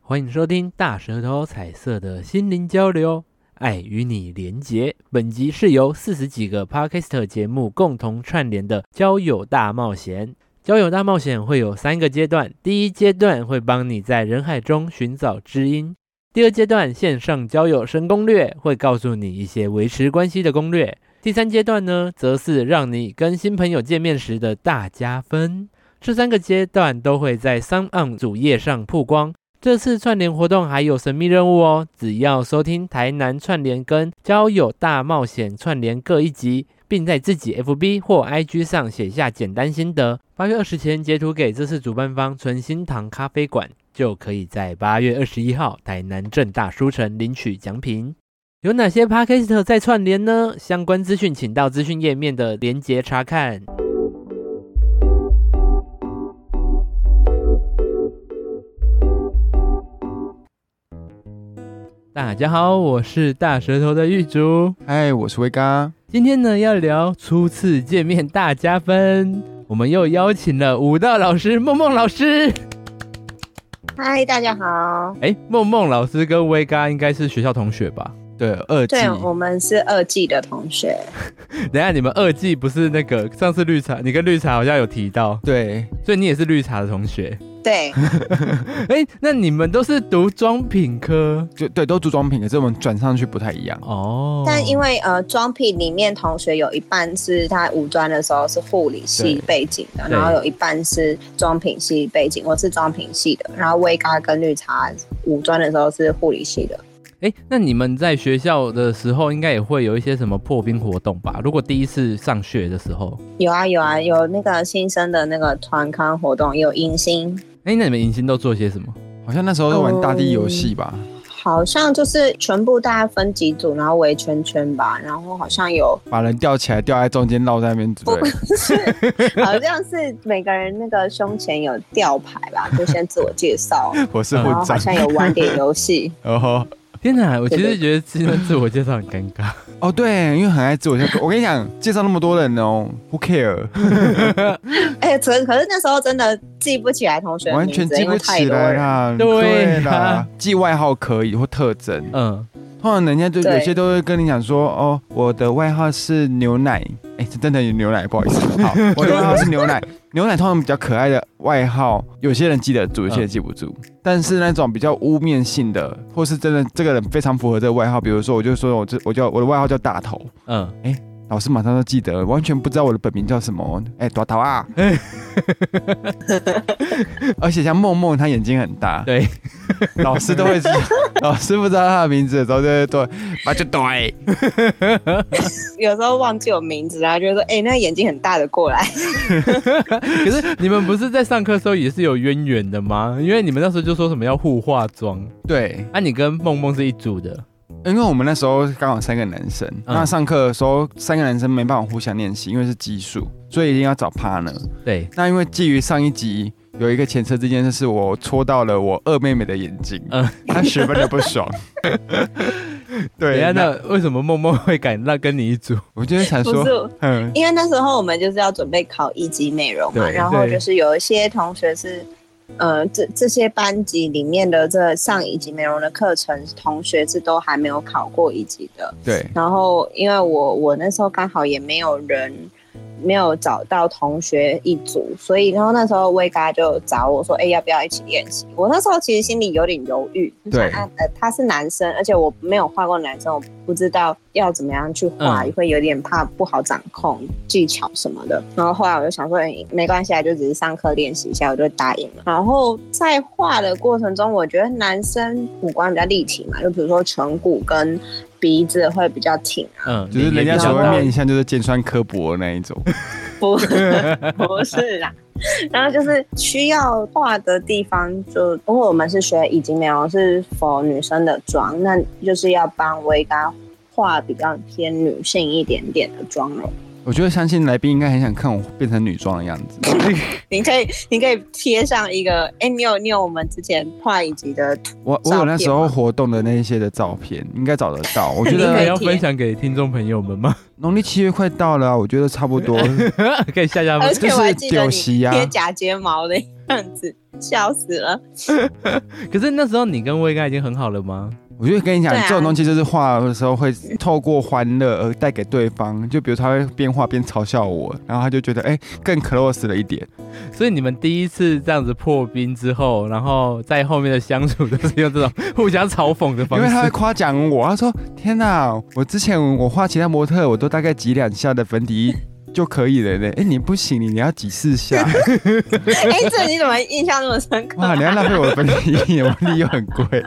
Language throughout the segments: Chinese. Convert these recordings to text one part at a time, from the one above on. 欢迎收听大舌头彩色的心灵交流，爱与你连结。本集是由四十几个 Podcast 节目共同串联的交友大冒险。交友大冒险会有三个阶段，第一阶段会帮你在人海中寻找知音，第二阶段线上交友深攻略会告诉你一些维持关系的攻略，第三阶段呢，则是让你跟新朋友见面时的大加分。这三个阶段都会在 s o n 主页上曝光。这次串联活动还有神秘任务哦，只要收听台南串联跟交友大冒险串联各一集，并在自己 FB 或 IG 上写下简单心得，八月二十前截图给这次主办方纯心堂咖啡馆，就可以在八月二十一号台南正大书城领取奖品。有哪些 Podcast 在串联呢？相关资讯请到资讯页面的连结查看。大家好，我是大舌头的玉竹。嗨，哎我是威嘎。今天呢，要聊初次见面大加分。我们又邀请了舞蹈老师梦梦老师。嗨，大家好。哎，梦梦老师跟威嘎应该是学校同学吧？对，二季对，我们是二季的同学。等一下你们二季不是那个上次绿茶，你跟绿茶好像有提到，对所以你也是绿茶的同学。对， 哎，那你们都是读妆品科就对都组装品，可是我们转上去不太一样。哦？但因为呃，装品里面同学有一半是他五专的时候是护理系背景的，对然后有一半是装品系背景，我是装品系的，然后威嘎跟绿茶五专的时候是护理系的。哎，那你们在学校的时候应该也会有一些什么破冰活动吧？如果第一次上学的时候，有啊有啊，有那个新生的那个团康活动，有迎新，哎，那你们迎新都做些什么？好像那时候是玩大地游戏吧？哦好像就是全部大家分几组，然后围圈圈吧，然后好像有把人吊起来，吊在中间，绕在那边之类哦的。 好像是每个人那个胸前有吊牌吧， 就先自我介 绍，我是哦然后混好 账。像有玩点游 。戏然后天哪，我其对实对觉得自自我介绍很尴 尬。哦，对，因为很爱自我介绍。我跟你讲，介绍那么多人哦，Who care？哎、可可是那时候真的记不起来同学的完名字全记因不为太起多来啊啦。人。对啊啦，记外号可以或特征。嗯，通常人家就对有些都会跟你讲说，哦，我的外号是牛奶。哎，这真的有牛奶，不好意思。好，我的外号是牛奶。 牛奶通常比较可爱的外号，有些人记得住，有些人记不住。但是那种比较污面性的，或是真的这个人非常符合这个外号，比如说我就说我这我叫我的外号叫大头，嗯，老师马上就记得，完全不知道我的本名叫什么。哎，大头啊！ 而且像梦梦，她眼睛很大，对， 老师都会知，老师不知道她的名字的时候就会对，那就对。有时候忘记我名字，然后就说：“哎、那个眼睛很大的过来。 可是你们不是在上课的时候也是有渊源的吗？因为你们那时候就说什么要互化妆，对，啊，你跟梦梦是一组的，因为我们那时候刚好三个男生，嗯那上课的时候三个男生没办法互相练习，因为是奇数，所以一定要找 partner。对，那因为基于上一集有一个前车之鉴，就是我戳到了我二妹妹的眼睛，嗯她十分的不 爽。等一对，下那为什么梦梦会敢那跟你一组？我今天才”不说，是，嗯，因为那时候我们就是要准备考一级内容嘛，对然后对就是有一些同学是，呃，这这些班级里面的这上一级美容的课程，同学是都还没有考过一级的，对，然后因为我我那时候刚好也没有人，没有找到同学一组，所以然后那时候威嘎就找我说，哎、要不要一起练习？我那时候其实心里有点犹豫，就想对啊呃，他是男生，而且我没有画过男生，我不知道要怎么样去画，嗯会有点怕不好掌控技巧什么的。然后后来我就想说，哎没关系啊，就只是上课练习一下，我就答应了。然后在画的过程中，我觉得男生五官比较立体嘛，就比如说颧骨跟鼻子会比较挺啊， 嗯，就是人家比较所谓大面相就是尖酸刻薄的那一种， 不 不是啦。然后就是需要画的地方就，因为我们是学已经没有是否女生的妆，那就是要帮维嘎画比较偏女性一点点的妆容。我觉得相信来宾应该很想看我变成女装的样子。你可以你可以贴上一个，哎、你有你有我们之前画一集的图，我我有那时候活动的那一些的照片，应该找得到。 我觉你应们该得要分享给听众朋友们吗？ 农历七月快到了啊，我觉得差不多。可以下下吗而？且我还记得就是你屌丝啊贴假睫毛的样子，笑死了。可是那时候你跟威刚已经很好了吗？ 我就跟你讲，对啊这种东西就是画的时候会透过欢乐呃而带给对方。就比如他会边画边嘲笑我，然后他就觉得哎、更 close 了一点。所以你们第一次这样子破冰之后，然后在后面的相处都是用这种互相嘲讽的方因为他会式。夸奖我，他说：“天哪，我之前我画其他模特，我都大概挤两下的粉底液就可以了呢。哎，你不行，你你要挤四下，哎、这你怎么印象那么深刻？哇，你要浪费我的粉底液，我粉底又很贵。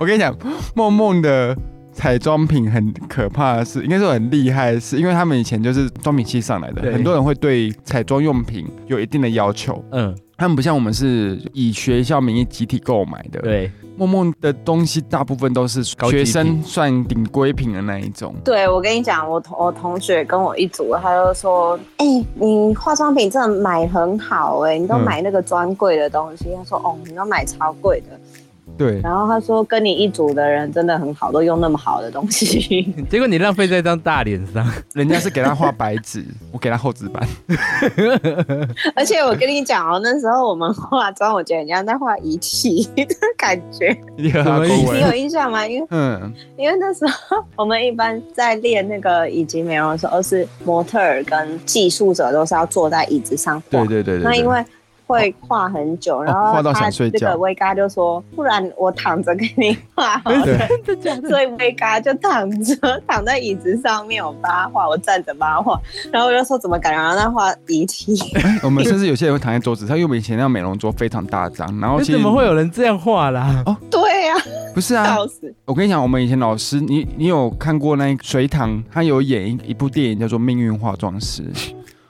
我跟你讲，梦梦的。”彩妆品很可怕的是，应该说很厉害的是，因为他们以前就是妆品系上来的，对很多人会对彩妆用品有一定的要求。嗯，他们不像我们是以学校名义集体购买的，对，梦梦的东西大部分都是高级学品生算顶规品的那一种。对，我跟你讲，我同我同学跟我一组，他就说：“哎、你化妆品真的买很好哎、你都嗯买那个专柜的东西。他说：“哦，你都买超贵的。对”，然后他说：“跟你一组的人真的很好，都用那么好的东西。 结果你浪费在一张大脸上，人家是给他画白纸，我给他厚纸板。”而且我跟你讲哦，那时候我们化妆，我觉得人家在画遗体的感觉，你和什么意思你有印象吗？因为嗯，因为那时候我们一般在练那个以及美容的时候，是模特儿跟技术者都是要坐在椅子上画对对对对对。那因为会画很久，然后画到他想睡这觉个威嘎就说，不然我躺着给你 画好了。对，真的假的？所以威嘎就躺着躺在椅子上面，我帮他画，我站着帮他画，然后我就说怎么敢让他画遗体？ 我们甚至有些人会躺在桌子上，因为我们以前那美容桌非常大张，然后哎那其实怎么会有人这样画啦？ 对 呀、不是啊？笑死！我跟你讲，我们以前老师，你你有看过那一隋唐，他有演一一部电影叫做《命运化妆师》。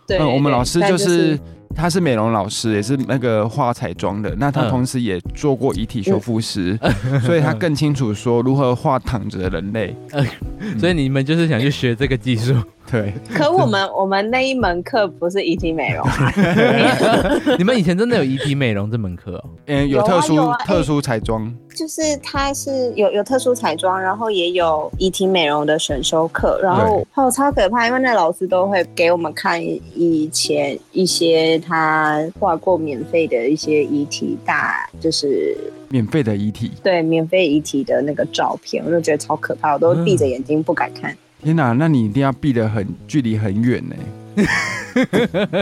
对，嗯，我们老师对就但是。他是美容老师，也是那个画彩妆的。那他嗯同时也做过遗体修复师，嗯所以他更清楚说如何画躺着的人类。所以你们就是想去学这个技术， 对，可我们我们那一门课不是遗体美容啊，你们以前真的有遗体美容这门课哦？嗯，有有啊特殊有啊哎特殊彩妆，就是它是有有特殊彩妆，然后也有遗体美容的选修课，然后还有超可怕，因为那老师都会给我们看以前一些他画过免费的一些遗体大，就是免费的遗体。对免费遗体的那个照片，我就觉得超可怕，我都闭着眼睛不敢看。天哪、那你一定要避得很距离很远呢、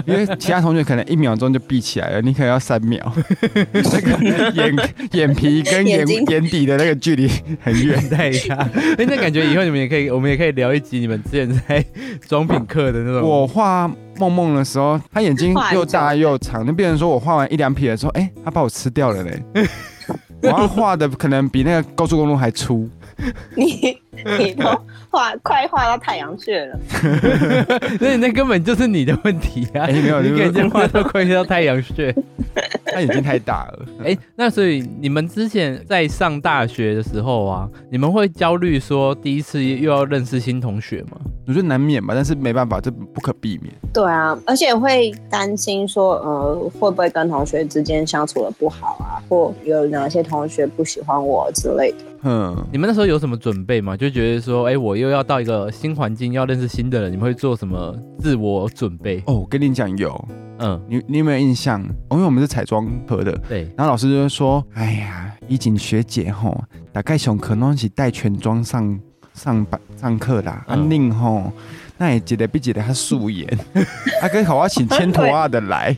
因为其他同学可能一秒钟就闭起来了，你可能要三秒。那个眼眼皮跟眼眼睛眼底的那个距离很远。 对呀，哎，那感觉以后你们也可以，我们也可以聊一集你们之前在妆品课的那种。我画梦梦的时候，她眼睛又大又长，那变成说我画完一两撇的时候，哎、她把我吃掉了嘞。我要画的可能比那个高速公路还粗，你你都画快画到太阳穴了，所以那根本就是你的问题啊！哎没有你没给有人家画到快到太阳穴。她眼睛太大了。哎、那所以你们之前在上大学的时候啊，你们会焦虑说第一次又要认识新同学吗？我觉得难免吧，但是没办法，这不可避免。对啊，而且会担心说，呃，会不会跟同学之间相处的不好啊，或有哪些同学不喜欢我之类的。嗯，你们那时候有什么准备吗？就觉得说，哎、我又要到一个新环境，要认识新的人，你们会做什么自我准备？哦，我跟你讲有，嗯，你你有没有印象？哦因为我们是彩妆科的，对，然后老师就会说：“哎呀，怡景学姐吼，大概上课拢是带全妆上上班上课啦，嗯安宁吼，那也一个比一个较素颜，啊，跟好啊请千头啊的来。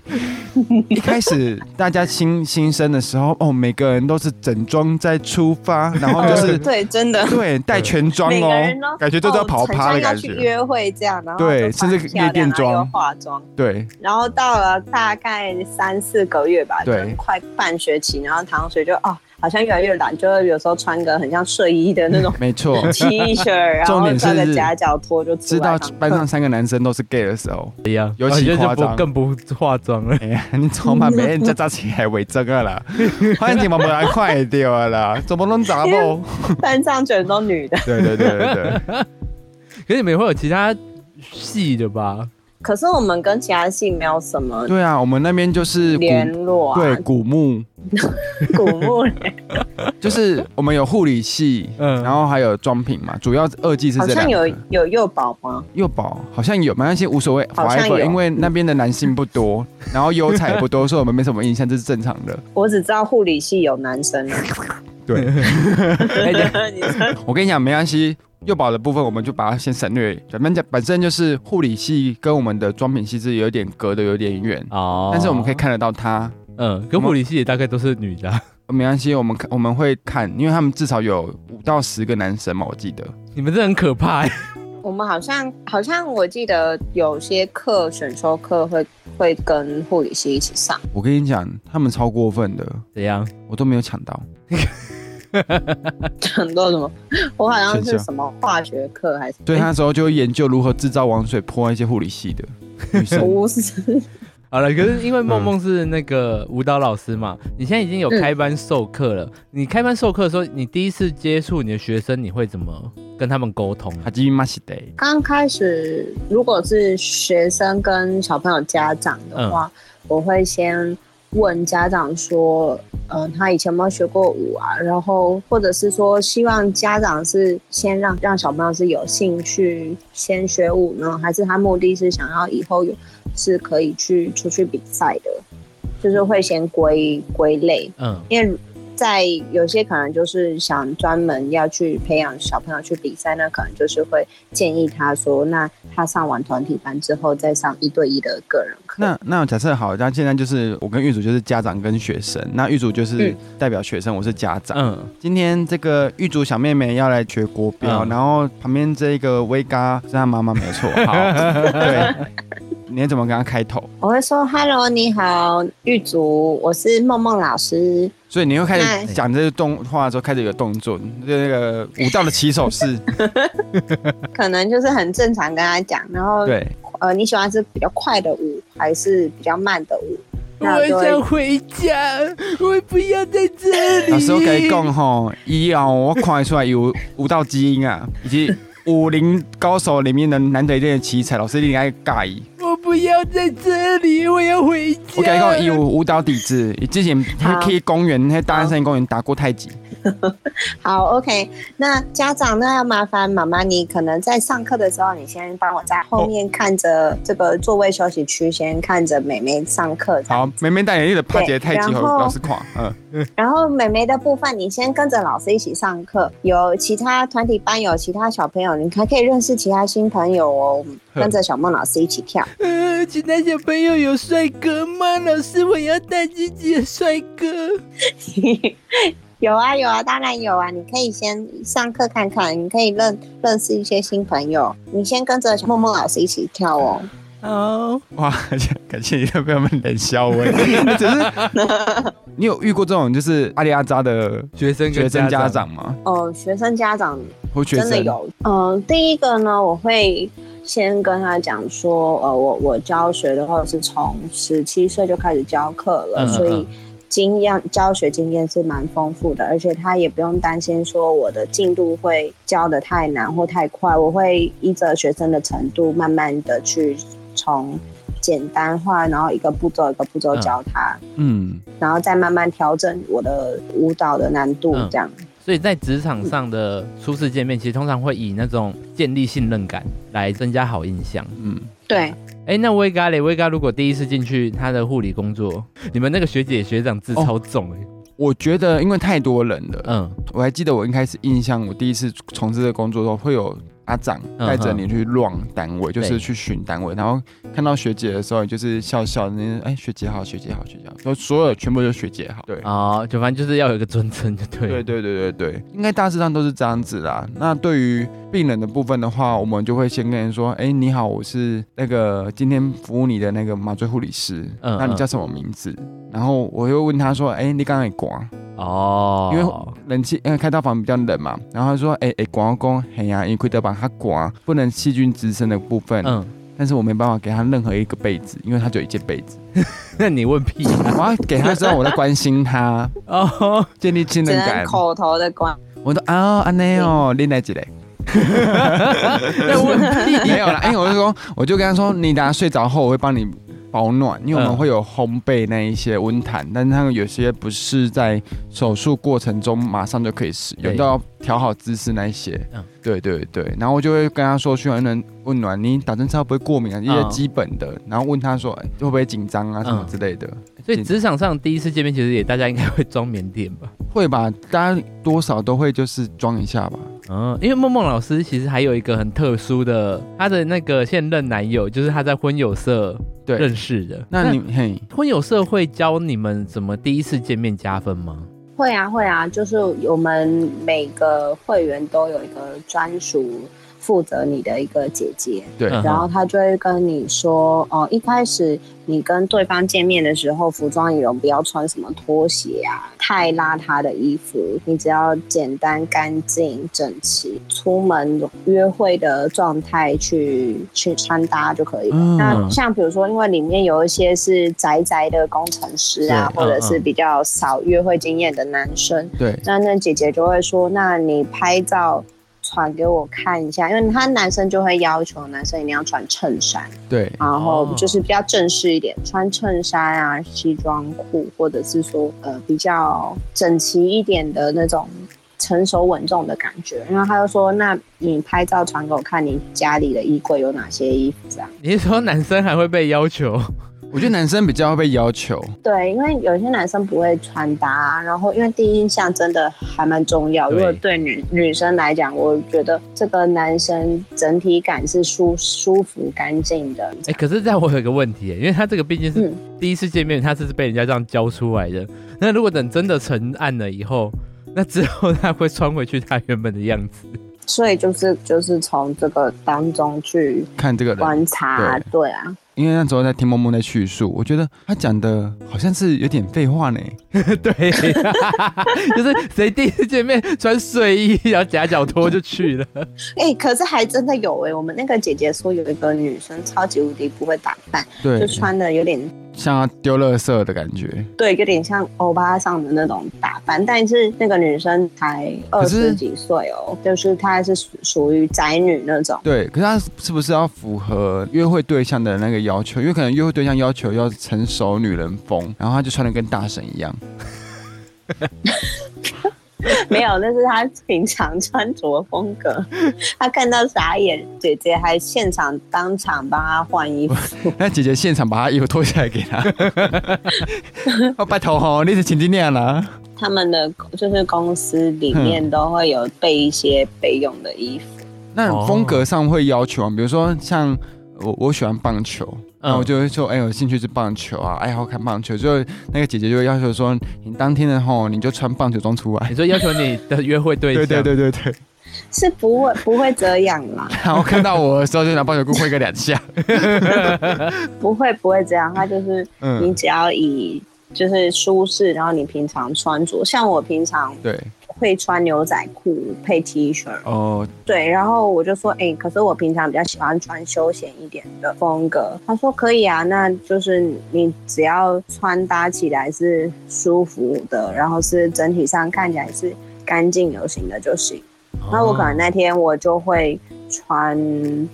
一开始大家新新生的时候，哦，每个人都是整装在出发，然后哦就是 对，真的。对带全妆每个人哦都，感觉就是要跑趴的感哦很像要去觉，约会这样，然后对就穿甚至漂亮啊夜店妆然后又化妆，对然后到了大概三四个月吧，对就快半学期，然后唐学就哦，好像越来越懒，就是有时候穿个很像睡衣 的那种没 错。 T 恤，然重后点是穿个夹脚拖就出知来道上课班上三个男生都是 gay 的时候，一样，尤而其且就夸张不更不化妆 了。哎呀，你筹码没人家扎起来为这个啊 啦，反正嘛无人看会到啊啦，怎么拢查 某？班上全都女的，对对对对对，可是你们会有其他细的 吧？可是我们跟其他系没有什么对啊，我们那边就是古联络啊，对古墓，古墓就是我们有护理系，嗯，然后还有装品嘛，主要二技是好这像两有个。有幼保吗？幼保好像有，没关系，无所谓好像，forever，有因为那边的男性不多，然后优才也不多，所以我们没什么印象，这是正常 的。我只知道护理系有男生啊。对，哎对 你说我跟你讲，没关系，幼保的部分我们就把它先省略。咱们讲本身就是护理系跟我们的装品系是有点隔得有点远，哦，但是我们可以，看得到它。嗯，跟护理系也大概都是女的啊，没关系，我们看我们会看，因为他们至少有五到十个男生嘛，我记得。你们这很可怕欸。我们好像好像我记得有些课选修课会会跟护理系一起上， 我跟你讲，他们超过分的， 怎样？我都没有抢到。很多什么，我好像选是修什么化学课还是所以他那时候就会研究如何制造王水泼一些护理系 的女生。不是？好了，可是因为嗯梦梦是那个舞蹈老师嘛，你现在已经有开班授课了。你开班授课的时候，你第一次接触你的学生，你会怎么跟他们沟通啊？哈基马西德，刚开始如果是学生跟小朋友家长的话，我会先问家长说，嗯、他以前有没有学过舞啊？然后或者是说，希望家长是先让让小朋友是有兴趣先学舞呢，还是他目的是想要以后有是可以去出去比赛的？就是会先归归类，嗯，因为在有些可能就是想专门要去培养小朋友去比赛，那可能就是会建议他说，那他上完团体班之后再上一对一的个人课。那那假设好，那现在就是我跟玉主就是家长跟学生，那玉主就是嗯代表学生，我是家长。嗯，今天这个玉竹小妹妹要来学国标，嗯然后旁边这个威嘎是她妈妈没错，好， 对，你要怎么跟她开头？我会说：“Hello，你好，玉竹，我是梦梦老师。所以你又开哎始讲这个动画的时候，开始有动作，就那个舞蹈的起手 式，可能就是很正常跟他讲，然后对，呃，你喜欢是比较快的舞还是比较慢的舞？那我就会想回家，我不要在这里。老师我跟你讲吼，伊哦，我看得出来有舞蹈基因啊，以及武林高手里面的难得一见的奇才，老师一定爱介意。我不要在这里，我要回家。我跟你讲，伊有舞蹈底子，伊之前他去公园，那大安森林公园打过太极。好，OK。那家长呢，要麻烦妈妈，你可能在上课的时候，你先帮我在后面看着这个座位休息区，先看着美眉上课。好，妹妹带你的帕杰太极，对吼然后老师看，嗯，然后美眉的部分，你先跟着老师一起上课。有其他团体班，有其他小朋友，你还可以认识其他新朋友哦。跟着小梦老师一起跳。 呃，其他小朋友有帅哥吗？老师，我要带自己的帅哥。有啊有啊，当然有啊！你可以先上课看看，你可以认认识一些新朋友。你先跟着梦梦老师一起跳哦。好，哇，感谢你的朋友们冷笑 我。只是你有遇过这种就是阿里阿扎的学生学跟生家，长吗？哦，学生家长或学真的生？有。嗯、第一个呢，我会先跟他讲说，呃，我我教学的话是从十七岁就开始教课了，嗯嗯嗯所以经验教学经验是蛮丰富的，而且他也不用担心说我的进度会教的太难或太快，我会依着学生的程度慢慢的去从简单化，然后一个步骤一个步骤嗯教他，嗯，然后再慢慢调整我的舞蹈的难度嗯这样。所以在职场上的初次见面，其实通常会以那种建立信任感来增加好印象。嗯，对，哎，那威嘎嘞，威嘎如果第一次进去他的护理工作，你们那个学姐学长字超重哎、我觉得因为太多人了，嗯我还记得我一开始印象，我第一次从事这个工作的时候，会有阿长嗯带着你去 run 单位，就对是去巡单位，然后看到学姐的时候，你就是笑笑，那哎学姐好，学姐好，学姐好，就所有全部都是学姐好，对。哦，就反正就是要有一个尊称就对对了。对对对对，应该大致上都是这样子啦。那对于病人的部分的话，我们就会先跟人说，哎，你好，我是那个今天服务你的那个麻醉护理师，嗯那你嗯叫什么名字？然后我又问他说，哎，你刚才刮，哦，因为冷气，因为开刀房比较冷嘛，然后他说，哎、欸、哎，刮工很呀，因为亏得把它刮，不能细菌滋生的部分，嗯，但是我没办法给他任何一个被子，因为他只有一件被子，那你问屁啊、我要给他知道我在关心他，哦， 建立信只任能感。口头的关哦我说啊，安内哦，你来几嘞？那我 没有啦，哎、我就说，我就跟他说，你等下睡着后，我会帮你保暖，因为我们嗯会有烘焙那一些温毯，但是他们有些不是在手术过程中马上就可以使用，对都要调好姿势那一些。嗯对对对，然后我就会跟他说，去完能温暖，你打针之后不会过敏啊，一些嗯基本的，然后问他说、哎会不会紧张啊什么嗯之类的，所以职场上第一次见面，其实也大家应该会装腼腆吧？会吧？大家多少都会就是装一下吧。嗯，因为梦梦老师其实还有一个很特殊的，她的那个现任男友就是她在婚友社对，认识嗯的。那你嘿，婚友社会教你们怎么第一次见面加分吗？会啊会啊，就是我们每个会员都有一个专属负责你的一个姐姐，对，嗯然后他就会跟你说，哦、一开始你跟对方见面的时候，服装仪容不要穿什么拖鞋啊，太邋遢的衣服，你只要简单、干净、整齐，出门约会的状态去去穿搭就可以了。嗯那像比如说，因为里面有一些是宅宅的工程师啊，对或者嗯是嗯比较少约会经验的男生，对，那那姐姐就会说：“那你拍照传给我看一下，因为他男生就会要求男生一定要穿衬衫，对，然后哦就是比较正式一点，穿衬衫啊、西装裤，或者是说呃比较整齐一点的那种成熟稳重的感觉。”然后他就说：“那你拍照传给我看，你家里的衣柜有哪些衣服？”啊这样你是说男生还会被要求？我觉得男生比较会被要求，对，因为有些男生不会穿搭啊、然后因为第一印象真的还蛮重要。对如果对女女生来讲，我觉得这个男生整体感是舒舒服、干净的。哎、可是在我有一个问题耶，因为他这个毕竟是嗯第一次见面，他是被人家这样教出来的。那如果等真的成案了以后，那之后他会穿回去他原本的样 子。所以就是就是从这个当中去看这个人。观察，对啊，因为那时候在听默默在叙述，我觉得他讲的好像是有点废话呢。对， 就是谁第一次见面穿睡衣，然后夹脚拖就去 了。哎、可是还真的有哎、我们那个姐姐说有一个女生超级无敌不会打扮，对就，穿的有点像他丢垃圾的感觉。对，有点像欧巴上的那种打扮，但是那个女生才二可是十几岁哦，就是她是属属于宅女那种。对，可是他是不是要符合约会对象的那个要求？因为可能约会对象要求要成熟女人风，然后他就穿的跟大神一样。没有，那是她平常穿着风格。她看到傻眼，姐姐还现场当场帮她换衣服。 那姐姐现场把他衣服脱下来给他。 哦，拜托吼，你是请尽量啦。他们的就是公司里面都会有备一些备用的衣服。那风格上会要求啊，比如说像我我喜欢棒球，嗯然后我就会说，哎、我兴趣是棒球啊，爱好看棒球。就那个姐姐就会要求说，你当天的吼，你就穿棒球装出来。你说要求你的约会 对象，对对对对 对，是不会不会这样啦，然后看到我的时候就拿棒球棍挥个两下。不会不会这样，她就是你嗯，只要以就是舒适，然后你平常穿着，像我平常对，会穿牛仔裤配 T 恤，哦，对，然后我就说，哎、可是我平常比较喜欢穿休闲一点的风格。他说可以啊，那就是你只要穿搭起来是舒服的，然后是整体上看起来是干净有型的就行。哦那我可能那天我就会穿，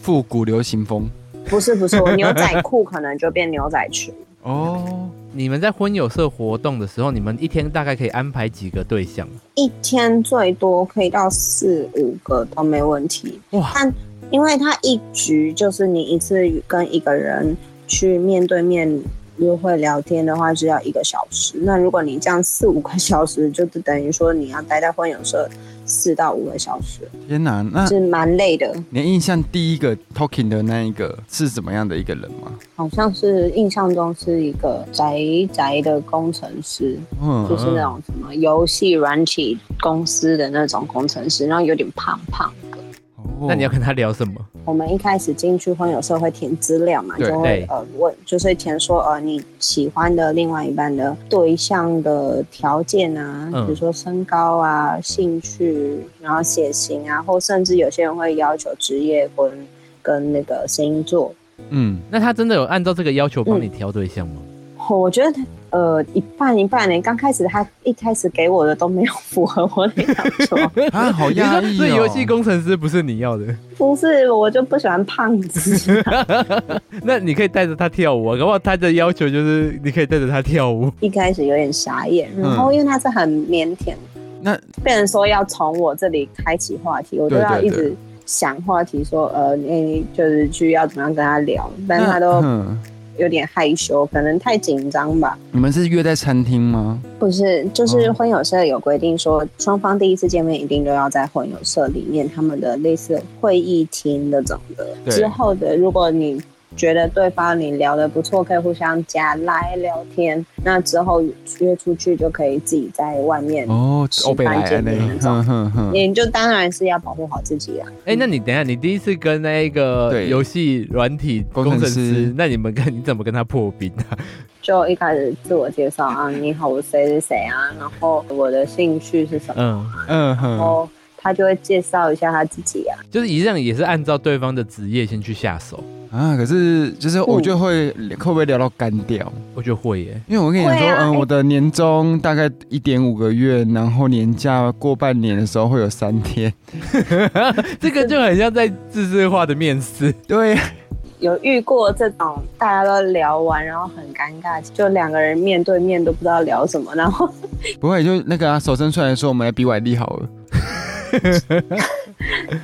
复古流行风。不是不是，我牛仔裤可能就变牛仔裙。哦，你们在婚友社活动的时候，你们一天大概可以安排几个对象？哦一天最多可以到四五个都没问题。哇，但因为它一局就是你一次跟一个人去面对面约会聊天的话，只要一个小时。那如果你这样四五个小时，就等于说你要待在婚友社四到五个小时，天哪！那是蛮累的。你印象第一个 talking 的那一个是怎么样的一个人吗？好像是印象中是一个宅宅的工程师，就嗯，是那种什么游戏软体公司的那种工程师，然后有点胖胖的。哦那你要跟他聊什么？嗯我们一开始进去婚友社会填资料嘛，对就对会呃问，就是会填说呃你喜欢的另外一半的对象的条件啊，嗯比如说身高啊、兴趣，然后血型啊，或甚至有些人会要求职业跟跟那个星座。嗯，那他真的有按照这个要求帮你挑对象吗？哦我觉得他呃一半一半呢。刚开始他一开始给我的都没有符合我的要 求，啊，好你压说 抑这哦。游戏工程师不是你要的，不是我就不喜欢胖子， 那你可以带着他跳舞啊，搞不好他的要求就是你可以带着他跳舞。一开始有点傻眼，嗯然后因为他是很腼腆，那被人说要从我这里开启话题，我都对要对一对直想话题说，呃，你就是去要怎么样跟他聊，但是他都嗯，有点害羞，可能太紧张吧。你们是约在餐厅吗？不是，就是哦婚友社有规定说，双方第一次见面一定都要在婚友社里面他们的类似会议厅那种的。对之后的，如果你觉得对方你聊得不错，可以互相加来聊天。那之后约出去就可以自己在外面，哦，吃欧贝饭莱见呢面那？哼种嗯嗯哼哼，你就当然是要保护好自己啊。 哎、那你等一下，你第一次跟那个对游戏软体工程工程师师，那你们跟你 怎么跟他破冰啊？就一开始自我介绍啊，你好，我谁谁谁啊，然后我的兴趣是什么，嗯，嗯然哼，后他就会介绍一下他自己啊。 就是一样也是按照对方的职业先去下手，啊，可是就是我嗯就会会不会聊到干掉？我觉得会耶。因为我跟你讲说，会啊嗯，哎我的年终大概一点五个月，然后年假过半年的时候会有三天。 这个就很像在自制化的面试，对，啊有遇过这种大家都聊完，然后很尴尬，就两个人面对面都不知道聊什么，然后不会就那个啊，手伸出来说我们来比腕力好了。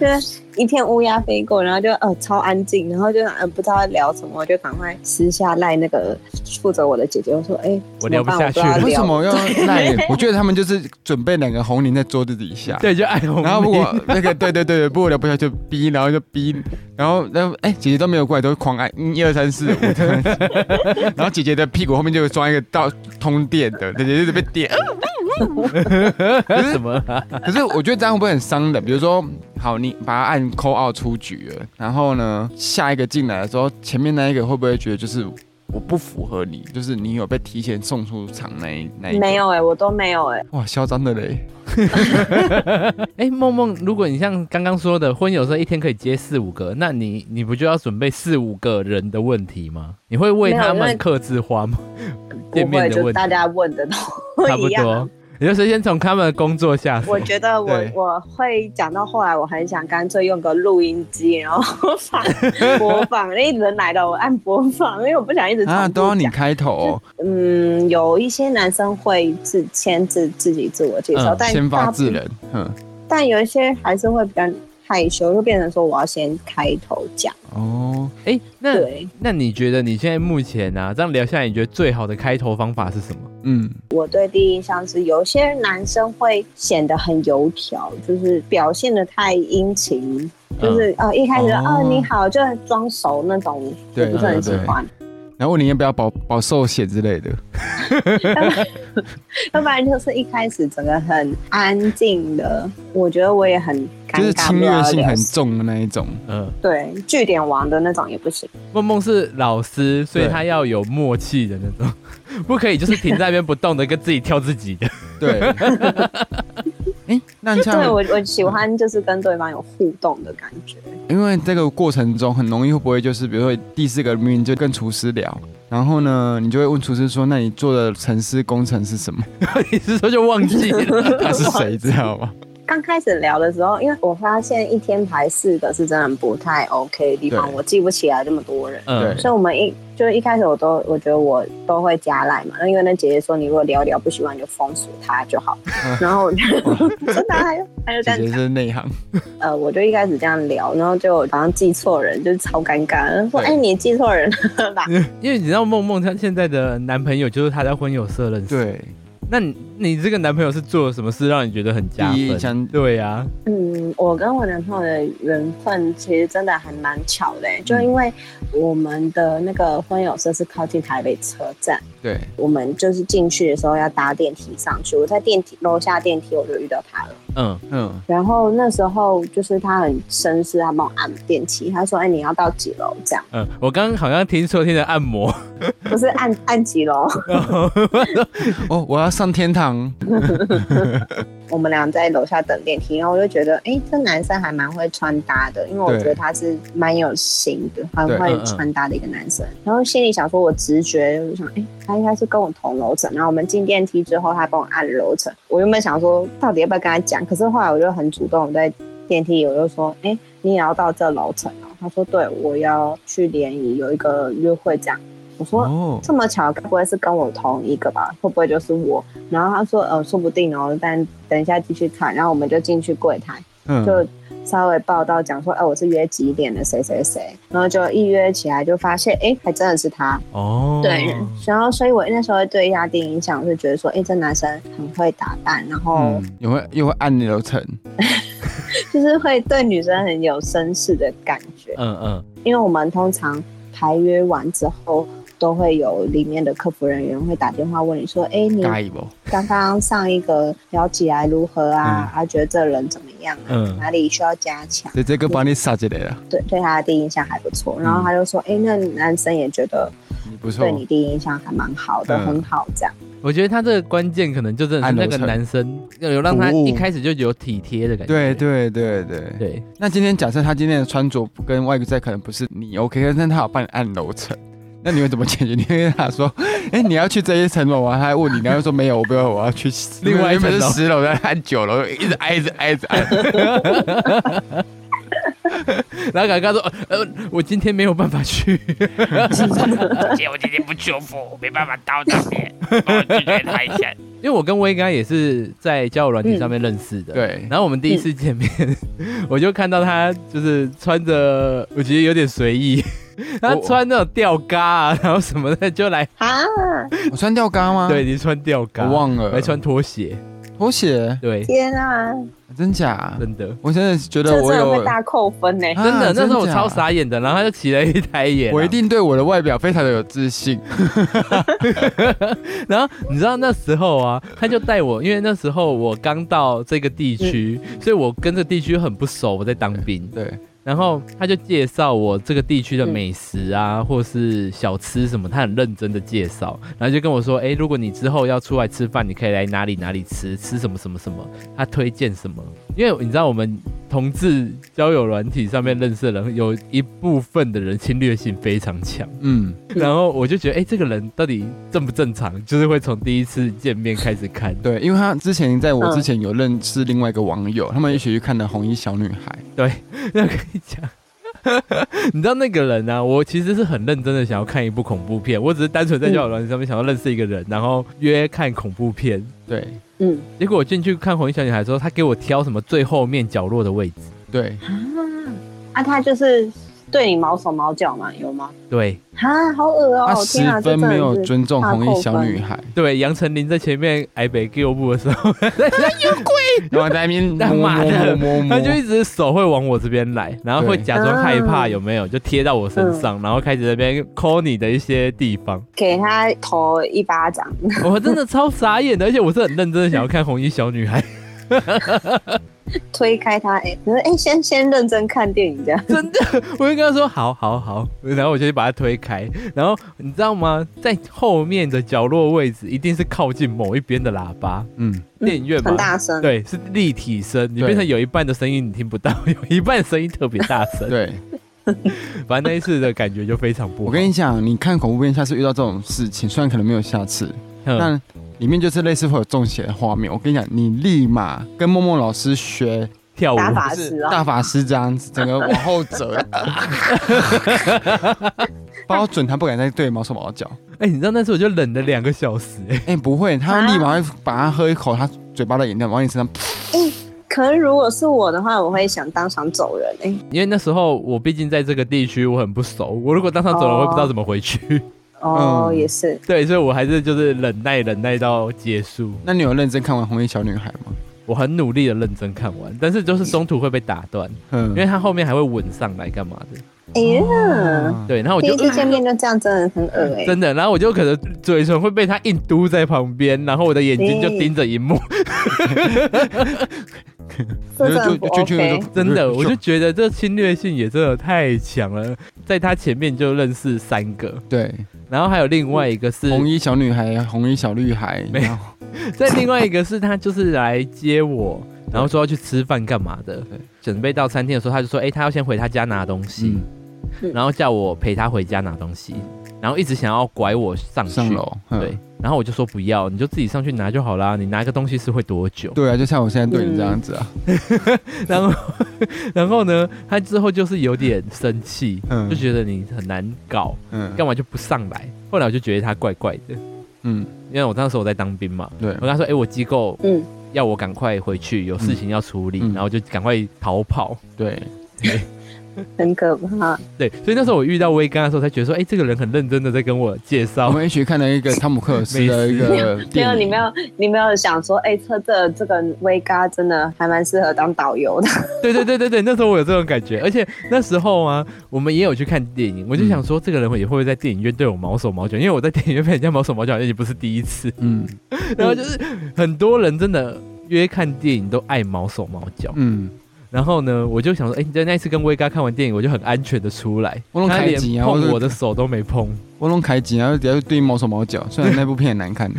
就是一片乌鸦飞过，然后就呃超安静，然后就呃不知道聊什么，我就赶快私下赖那个负责我的姐姐，我说哎、我聊不下去怎么办了我不为什知道聊么要赖？我觉得他们就是准备两个红绫在桌子底 下。 对，就爱红。然后如果那个对对对，不过聊不下去就逼，然后就逼，然后然后哎、姐姐都没有过来，都狂按嗯一二三四五，这样子 然后姐姐的屁股后面就有装一个到通电的，姐姐就是被电。 什么啊？ 可是我觉得这样会不会很伤人？比如说，好，你把它按扣二出局了，然后呢，下一个进来的时候，前面那一个会不会觉得就是我不符合你，就是你有被提前送出场那一那一个没？有哎、我都没有哎、哇，嚣张的嘞！哎、梦梦，如果你像刚刚说的，婚友时候一天可以接四五个，那你你不就要准备四五个人的问题吗？你会为他没有因们为克制化吗？ 见不会面的就问题大家问 的差都不一样啊多。，你就是先从他们的工作下手 我。觉得我对我会讲到后来，我很想干脆用个录音机，然后放播放，一直来的我按播放，因为我不想一直重复啊，都要你讲开头哦、嗯，有一些男生会自签字自己自我介绍，嗯但啊先发大部制人，嗯，但有一些还是会比较害羞，就变成说我要先开头讲。哦，哎、那对，那你觉得你现在目前啊，这样聊下来，你觉得最好的开头方法是什么？嗯，我对第一印象是，有些男生会显得很油条，就是表现的太殷勤，就是、呃一开始就嗯哦哦你好，就装熟那种，我对不是很喜对欢。然后问你要不要保保寿险之类的，要不然就是一开始整个很安静的，我觉得我也很尴尬，就是侵略性不知道要聊很什么重的那一种。嗯，对，据点王的那种也不行。梦梦是老师，所以对他要有默契的那种， 不可以就是停在那边不动的，跟自己跳自己的。 对，哎、 那像对我我喜欢就是跟对方有互动的感觉。因为这个过程中很容易会不会就是，比如说第四个命就跟厨师聊，然后呢，你就会问厨师说，那你做的城市工程是 什么？你是说就忘记了？他是谁，知道吗？刚开始聊的时候，因为我发现一天排四个是真的不太 OK 的地方，对我记不起来这么多人。嗯对所以我们一就是一开始我都我觉得我都会加赖嘛，那因为那姐姐说你如果聊一聊不喜欢就封锁她就好，嗯然后我 就 真的啊她就她就这姐样姐是内 行，呃，我就一开始这样聊，然后就好像记错人，就是超尴尬，说对嗯哎、你记错人了吧？因为你知道梦梦她现在的男朋友就是她在婚友社认识。，对，那你你这个男朋友是做了什么事让你觉得很加第一分？枪对啊呀、嗯，我跟我男朋友的缘分其实真的还蛮巧的、嗯就因为我们的那个婚友社是靠近台北车站，对，我们就是进去的时候要搭电梯上去，我在电梯楼下电梯我就遇到他了。嗯，嗯，然后那时候就是他很绅士，他帮我按电梯，他说：“哎、你要到几楼？”这样嗯，我刚刚好像听说听的按 摩， 不是按按几楼，哦，我要上天堂，我们俩在楼下等电梯，然后我就觉得，哎、这男生还蛮会穿搭的，因为我对觉得他是蛮有型的，很对会嗯嗯穿搭的一个男生。然后心里想说，我直觉就想，哎、他应该是跟我同楼层。然后我们进电梯之后，他帮我按楼层。我原本想说，到底要不要跟他讲？可是后来我就很主动，我在电梯里我就说，哎、你也要到这楼层哦？他说，对，我要去联谊有一个约会这样。我说，哦，这么巧，该不会是跟我同一个吧？会不会就是我？然后他说，呃，说不定哦，但等一下继续看。然后我们就进去柜台，嗯，就稍微报道讲说，哎、我是约几点的谁谁谁，然后就一约起来就发现，哎、还真的是他。哦，对，然后所以我那时候对亚丁影响，我就觉得说，哎、这男生很会打扮，然后嗯，也会又会按流程，就是会对女生很有绅士的感觉。嗯嗯，因为我们通常排约完之后，都会有里面的客服人员会打电话问你说，哎、你尬一波，刚刚上一个聊起来如何啊？嗯啊，觉得这人怎么样啊？嗯哪里需要加强？这这个帮你杀进来了，对，对他的第一印象还不错。然后他就说：“哎、那男生也觉得你不嗯错对，你第一印象还蛮好的，嗯很好这样。我觉得他这个关键可能就真的是按那流个程男生要有让他服务一开始就有体贴的感觉，对对对对。对，那今天假设他今天的穿着跟外在可能不是你 OK，但他有帮你按楼层， 那你会怎么解决？你会跟他说，哎、你要去这一层吗？我还问你，然后说没有，我不要，我要去 另外一层楼原本是十楼，然后按九楼，一直挨着挨着挨着。然后刚刚说，呃，我今天没有办法去， 姐，我今天不舒服，我没办法到这边， 帮我拒绝他一下。因为我跟威刚也是在交友软体上面认识的，。嗯对，然后我们第一次见面， 我就看到他就是穿着，我觉得有点随意， 他我穿那种吊嘎啊，然后什么的就来，啊，我穿吊嘎吗？对，，你穿吊嘎，啊我忘了。还穿拖鞋，拖鞋，对，天啊，真假？真的，我真的觉这得真我的有会，大扣分呢、啊真的，那时候我真假超傻眼的，然后他就起了一台啊眼、我一。定对我的外表非常的有自信。 然后你知道那时候啊，他就带我，因为那时候我刚到这个地区，所以我跟这地区很不熟，我在当兵。对，然后他就介绍我这个地区的美食啊，或是小吃什么，他很认真的介绍，然后就跟我说，哎，如果你之后要出来吃饭，你可以来哪里哪里吃，吃什么什么什么，他推荐什么，因为你知道我们同志交友软体上面认识的人，有一部分的人侵略性非常强，嗯，然后我就觉得，哎，这个人到底正不正常，就是会从第一次见面开始看， 对，因为他之前在我嗯之前有认识另外一个网友，他们一起去看的《红衣小女孩》。那跟你讲， 你知道那个人呢、啊？我其实是很认真的想要看一部恐怖片，我只是单纯在交友软件上面想要认识一个人，然后约看恐怖片。对嗯，结果我进去看《红衣小女孩》的时候，他给我挑什么最后面角落的位置。对，啊，他就是对你毛手毛脚嘛，有吗？对啊，好恶哦、他十天啊，这分真的没有是尊重红衣小女孩，对，杨丞琳在前面挨北 Q 步的时候，他然后在那 边他摸妈的摸摸摸摸，就一直手会往我这边来，然后会嗯对假装害怕，啊有没有？就贴到我身上，然后开始在那边抠你的一些地方。给他头一巴掌， 我真的超傻眼的，而且我是很认真的想要看《红衣小女孩》。 推开他，哎、你说哎、先先认真看电影这样，真的，我就跟他说好好好，然后我就把他推开，然后你知道吗，在后面的角落位置一定是靠近某一边的喇叭，嗯，电影院嘛很，大声，对，是立体声，你变成有一半的声音你听不到，有一半声音特别大声，对，反正那一次的感觉就非常不好。我跟你讲，你看恐怖片，下次遇到这种事情，虽然可能没有下次，嗯，但里面就是类似会有中邪的画面。我跟你讲，你立马跟梦梦老师学，跳舞打法就师是啊，大法师这样子，整个往后折， 包准他不敢再对毛手毛脚。哎、你知道那次我就忍了两个小时、哎，哎，不会，他立啊马会把他喝一口他嘴巴的饮料往你身上，可能如果是我的话，我会想当场走人哎、因为那时候我毕竟在这个地区我很不熟，我如果当场走了，我会不知道怎么回去，哦，嗯也是， 对，所以我还是就是忍耐忍耐到结束。那你有认真看完《红衣小女孩》吗？我很努力的认真看完，但是就是中途会被打断，因为嗯，他后面还会吻上来干嘛的。哎呀，哦对，然后我第就啊一、次见面就这样，真的很恶哎、真的，然后我就可能嘴唇会被他硬嘟在旁边，然后我的眼睛就盯着荧幕，这真的不 OK。真的，我就觉得这侵略性也真的太强了。在他前面就认识三个，对，然后还有另外一个是，红衣小女孩，红衣小绿孩，没有在另外一个是他就是来接我，然后说要去吃饭干嘛的对。准备到餐厅的时候，他就说：“哎、他要先回他家拿东西，嗯嗯然后叫我陪他回家拿东西，然后一直想要拐我上去。上楼，嗯对，，然后我就说不要，你就自己上去拿就好啦。你拿个东西是会多 久？对啊，就像我现在对你这样子啊，然后，然后呢，他之后就是有点生气，嗯就觉得你很难搞，嗯干嘛就不上来？后来我就觉得他怪怪的，嗯，因为我那时候我在当兵嘛，对我，跟他说，哎、我机构嗯要我赶快回去，有事情要处理，嗯嗯然后就赶快逃跑。对，很可怕。对，所以那时候我遇到威刚的时候，才觉得说，哎、这个人很认真的在跟我介我绍。们一起看了一个汤姆克鲁斯的一个没有，电你影没，有，你没有想说，哎、这这这个威嘎真的还蛮适合当导游的。对对对对对，那时候我有这种感觉，而且那时候啊，我们也有去看电影，我就想说，这个人也会不会在电影院对我毛手毛脚？因为我在电影院被人家毛手毛脚，也不是第一 次。嗯然后就是很多人真的约看电影都爱毛手毛脚。嗯，然后呢，我就想说，哎、在那一次跟威哥看完电影，我就很安全的出来，我弄他开连机啊我碰就我的手都没碰。 我弄凯吉，然后底下对毛手毛脚，虽然那部片很难看，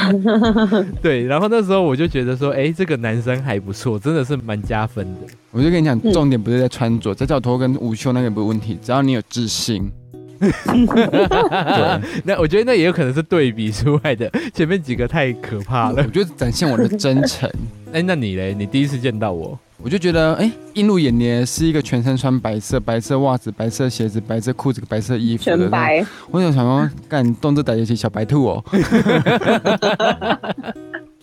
对，然后那时候我就觉得说，哎、这个男生还不错，真的是蛮加分的。 我我就跟你讲，嗯重点不是在穿着，在脚头跟无袖那个不是问题，只要你有自 信， 对，那我觉得那也有可能是对比出来的，前面几个太可怕了我。就展现我的真诚，哎、那你嘞？你第一次见到我，我就觉得，哎，映入眼帘是一个全身穿白色、白色袜子、白色鞋子、白色裤子、白色衣服的，全，白，我就想说，干动这打游戏小白兔哦，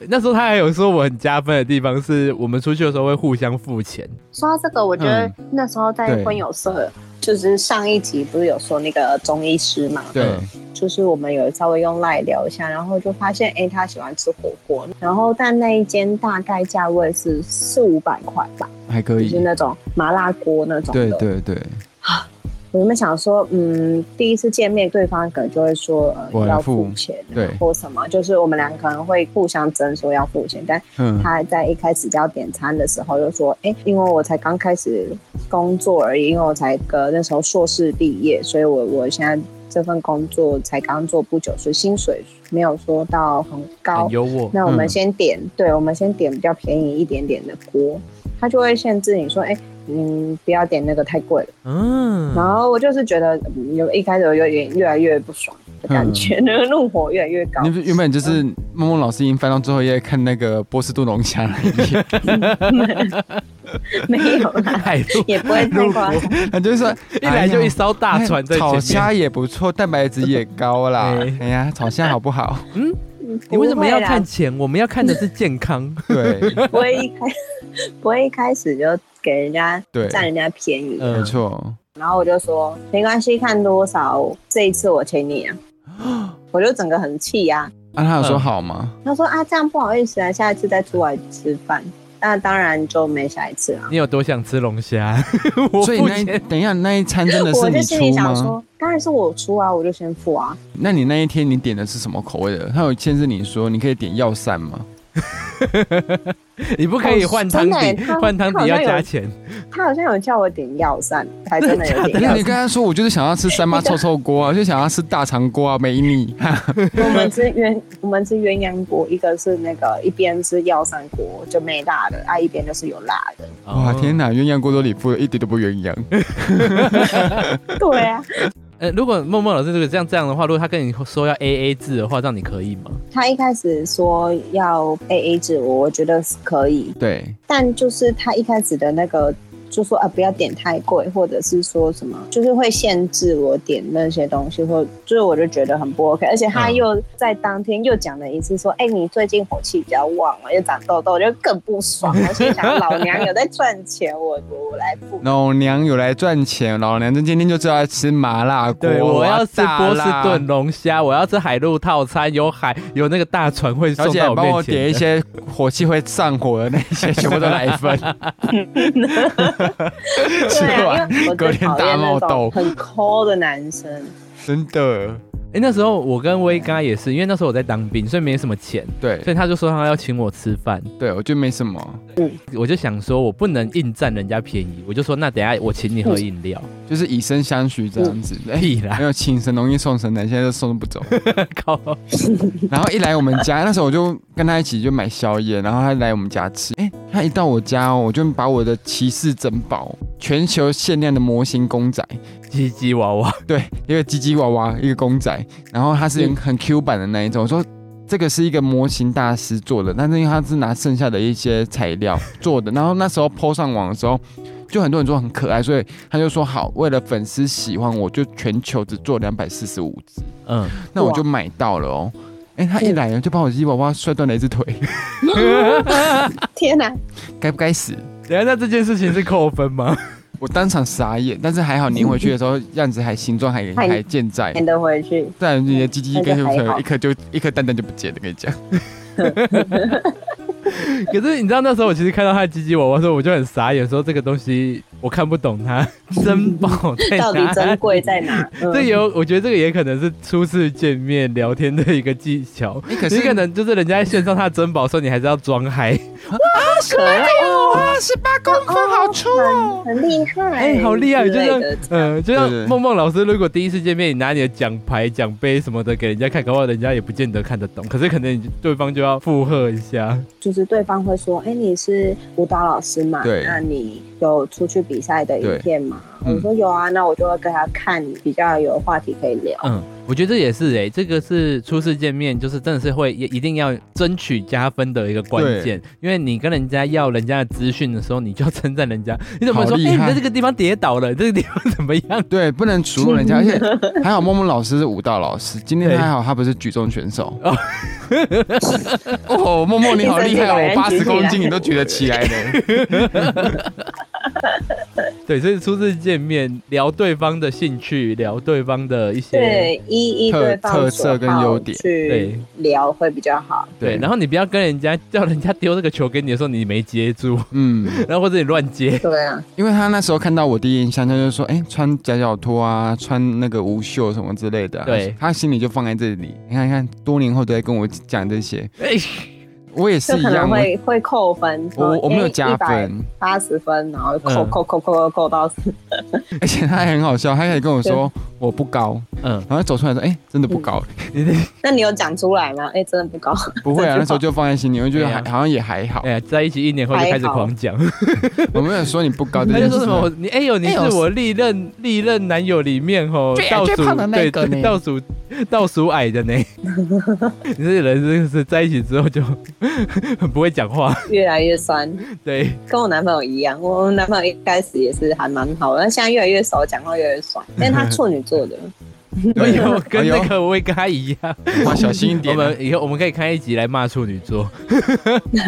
那时候他还有说我很加分的地方是，我们出去的时候会互相付钱。说到这个，我觉得嗯那时候在对婚友社，就是上一集不是有说那个中医师嘛，对，就是我们有稍微用赖聊一下，然后就发现，哎、他喜欢吃火锅，然后但那一间大概价位是四五百块吧，还可就以是，那种麻辣锅那种的。对对对，我原本想说，嗯，第一次见面，对方可能就会说，呃，我来要付付钱，对或什么，就是我们俩可能会互相争说要付钱，但嗯，他在一开始要点餐的时候就说：“哎、嗯因为我才刚开始工作而已，因为我才呃那时候硕士毕业，所以我我现在这份工作才刚做不久，所以薪水没有说到很高很。优渥，那我们嗯先点，对，我们先点比较便宜一点点的锅，他就会限制你说，哎、嗯，不要点那个太贵了。嗯，然后我就是觉得嗯有一开始我有点越来越不爽的感觉，那个怒火越来越高嗯你。原本就是嗯梦梦老师已经翻到最后一页看那个波士顿龙虾那一 页，没有啦，态度也不会太夸 张。”他就说哎哎一来就一艘大船在前面。炒哎虾也不错，蛋白质也高啦哎。哎呀，炒虾好不好？你为什么要不会啦看钱？我们要看的是健康。对不会一开不会一开始就给人家对，占人家便宜，嗯没错，然后我就说没关系，看多少，这一次我请你啊， 我就整个很气呀、啊，他有说嗯好吗？他说啊，这样不好意思啊，下一次再出来吃饭，那当然就没下一次啊。你有多想吃龙 虾？我所以付那一钱等一下那一餐真的我是就你心里出想吗？说，当然是我出啊，我就先付啊。那你那一天你点的是什么口味的？他有限制你说你可以点药膳吗？你不可以换汤哦真底的耶他，换汤底要加钱。他好像有叫我点药膳，还真的有真的假的 因点为药你膳。跟他说我就是想要吃三妈臭臭锅啊，我就想要吃大肠锅啊，没你。我们吃鸳我们吃鸳鸯锅，一个是那个一边是药膳锅，就没辣的，啊一边就是有辣的。哇，哦天！哪，鸳鸯锅都里不一点都不鸳鸯。对啊，呃，如果梦梦老师这个这样这样的话，如果他跟你说要 A A 制的话，让你可以吗？他一开始说要 A A 制，我我觉得是可以，对，但就是他一开始的那个就说啊不要点太贵，或者是说什么，就是会限制我点那些东西，或就是我就觉得很不 OK。而且他嗯又在当天又讲了一次说，哎、你最近火气比较旺了，又长痘痘，就更 不爽。我心想，老娘有在赚钱，我我我来付。老娘有来赚钱，老娘今天就知道要吃麻辣锅，对，我要吃啊大波士辣顿龙虾，我要吃海陆套餐，有海有那个大船会小送姐到帮面我前的。点一些火气会上火的那些，全部都来一份。 对啊，因为我隔最天讨大厌冒那痘种很抠的男生。真的，哎、那时候我跟威哥也是，因为那时候我在当兵，所以没什么钱，对所以他就说他要请我吃饭，对，我觉得没什么，我就想说我不能硬占人家便宜，我就说那等一下我请你喝饮料，就是以身相许这样子。 哎、屁啦没，有请神容易送神难，现在都送不走。靠，然后一来我们家，那时候我就跟他一起就买宵夜，然后他来我们家吃。哎、他一到我家哦，我就把我的骑士珍宝全球限量的模型公仔，唧唧娃娃，对，一个叽叽娃娃，一个公仔，然后它是很很 Q 版的那一种。我说这个是一个模型大师做的，但是因为他是拿剩下的一些材料做的，然后那时候 PO 上网的时候。就很多人说很可爱，所以他就说好，为了粉丝喜欢，我就全球只做两百四十五只，嗯，那我就买到了哦。哎、他一来就把我鸡娃娃摔断了一只腿，天哪！该不该死？等一下那这件事情是扣分 吗？我当场傻眼，但是还好粘回去的时候样子还形状还还还健在，难得 回去，不然你的鸡鸡那就跟还好一颗就一颗蛋蛋就不见了，跟你讲。可是你知道那时候我其实看到他的唧唧娃娃的时候，我就很傻眼，说这个东西我看不懂 它珍宝在啊到底哪珍里。贵在哪？嗯这有，我觉得这个也可能是初次见面聊天的一个技巧。哎、可你是可能就是人家在炫耀他的珍宝的时候，你还是要装 嗨。可爱哦，哇，十八公分好粗哦！很厉害，哎、好厉害！之就类像的，嗯，就像对对梦梦老师，如果第一次见面，你拿你的奖牌、奖杯什么的给人家看，搞不好人家也不见得看得懂，可是可能你对方就要附和一下。就是对方会说：“哎、你是舞蹈老师嘛？对那你有出去比赛的对影片吗？”嗯我说：“有啊。”那我就会跟他看比较有话题可以聊。嗯，我觉得这也是哎、这个是初次见面，就是真的是会也一定要争取加分的一个关键，因为你跟人家要人家的资讯的时候，你就要称赞人家，你怎么说？好哎、厉害你在这个地方跌倒了，你这个地方怎么样？ 对，不能数落人家，而且还好默默老师是舞蹈老师，今天还好他不是举重选手。 哦，默默你好厉害哦，我八十公斤你都举得起来的。对，所以初次见面聊对方的兴趣，聊对方的一些对，依依特对方特所色跟好优点对去聊会比较好。对，然后你不要跟人家叫人家丢这个球给你的时候，你没接住，嗯，然后或者你乱接，对啊，因为他那时候看到我第一印象，他就说，哎、穿夹脚拖啊，穿那个无袖什么之类的啊、对他心里就放在这里。你看，你看，多年后都在跟我讲这些，哎、我也这是一可能样。我会会扣分。哎我我没有加分，八十分，然后扣嗯扣扣扣扣扣到 而且他还很好笑，他还跟我说我不高，嗯，然后走出来说，哎、真的不高，嗯你这那你有讲出来吗？哎、真的不高， 不会啊，那时候就放在心里，我觉得对还、啊好像也还好。哎呀，在一起一年后就开始还好狂讲。我没有说你不高这他就件说事什么我你哎呦你哎是呦我历任历任男友里面吼最倒最数胖的那对个对 呢倒数倒数矮的 呢。你这人真的是在一起之后就 很不会讲话，越来越酸，对，跟我男朋友一样。我男朋友一开始也是还蛮好的，但现在越来越熟，讲话越来越酸，因为他处女座的。我以对后跟那哎个我也跟他一样，呦哇小心一我点啊。们以后我们可以开一集来骂处女座。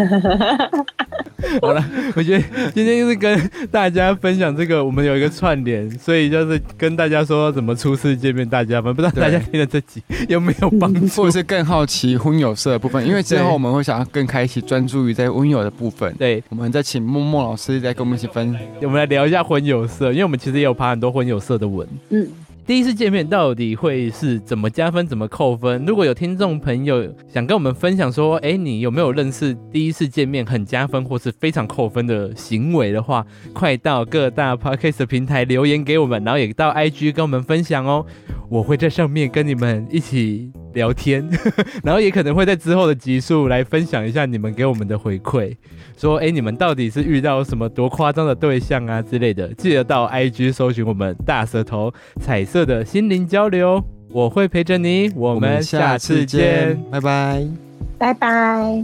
好了，我觉得今天就是跟大家分享这个，我们有一个串联，所以就是跟大家说怎么初次见面，大家们不知道大家听了这集有没有帮助？或者是更好奇婚友社的部分，因为之后我们会想要更开启专注于在婚友的部分。对，我们再请默默老师再跟我们一起分我们来聊一下婚友社，因为我们其实也有爬很多婚友社的文。嗯，第一次见面到底会是怎么加分，怎么扣分？如果有听众朋友想跟我们分享说，哎，你有没有认识第一次见面很加分或是非常扣分的行为的话，快到各大 podcast 的平台留言给我们，然后也到 IG 跟我们分享哦，我会在上面跟你们一起聊天， 然后也可能会在之后的集数来分享一下你们给我们的回馈。说，哎，你们到底是遇到什么多夸张的对象啊之类的，记得到 IG 搜寻我们大舌头彩色的心灵交流，我会陪着你，我我们下次见。，拜拜。拜拜。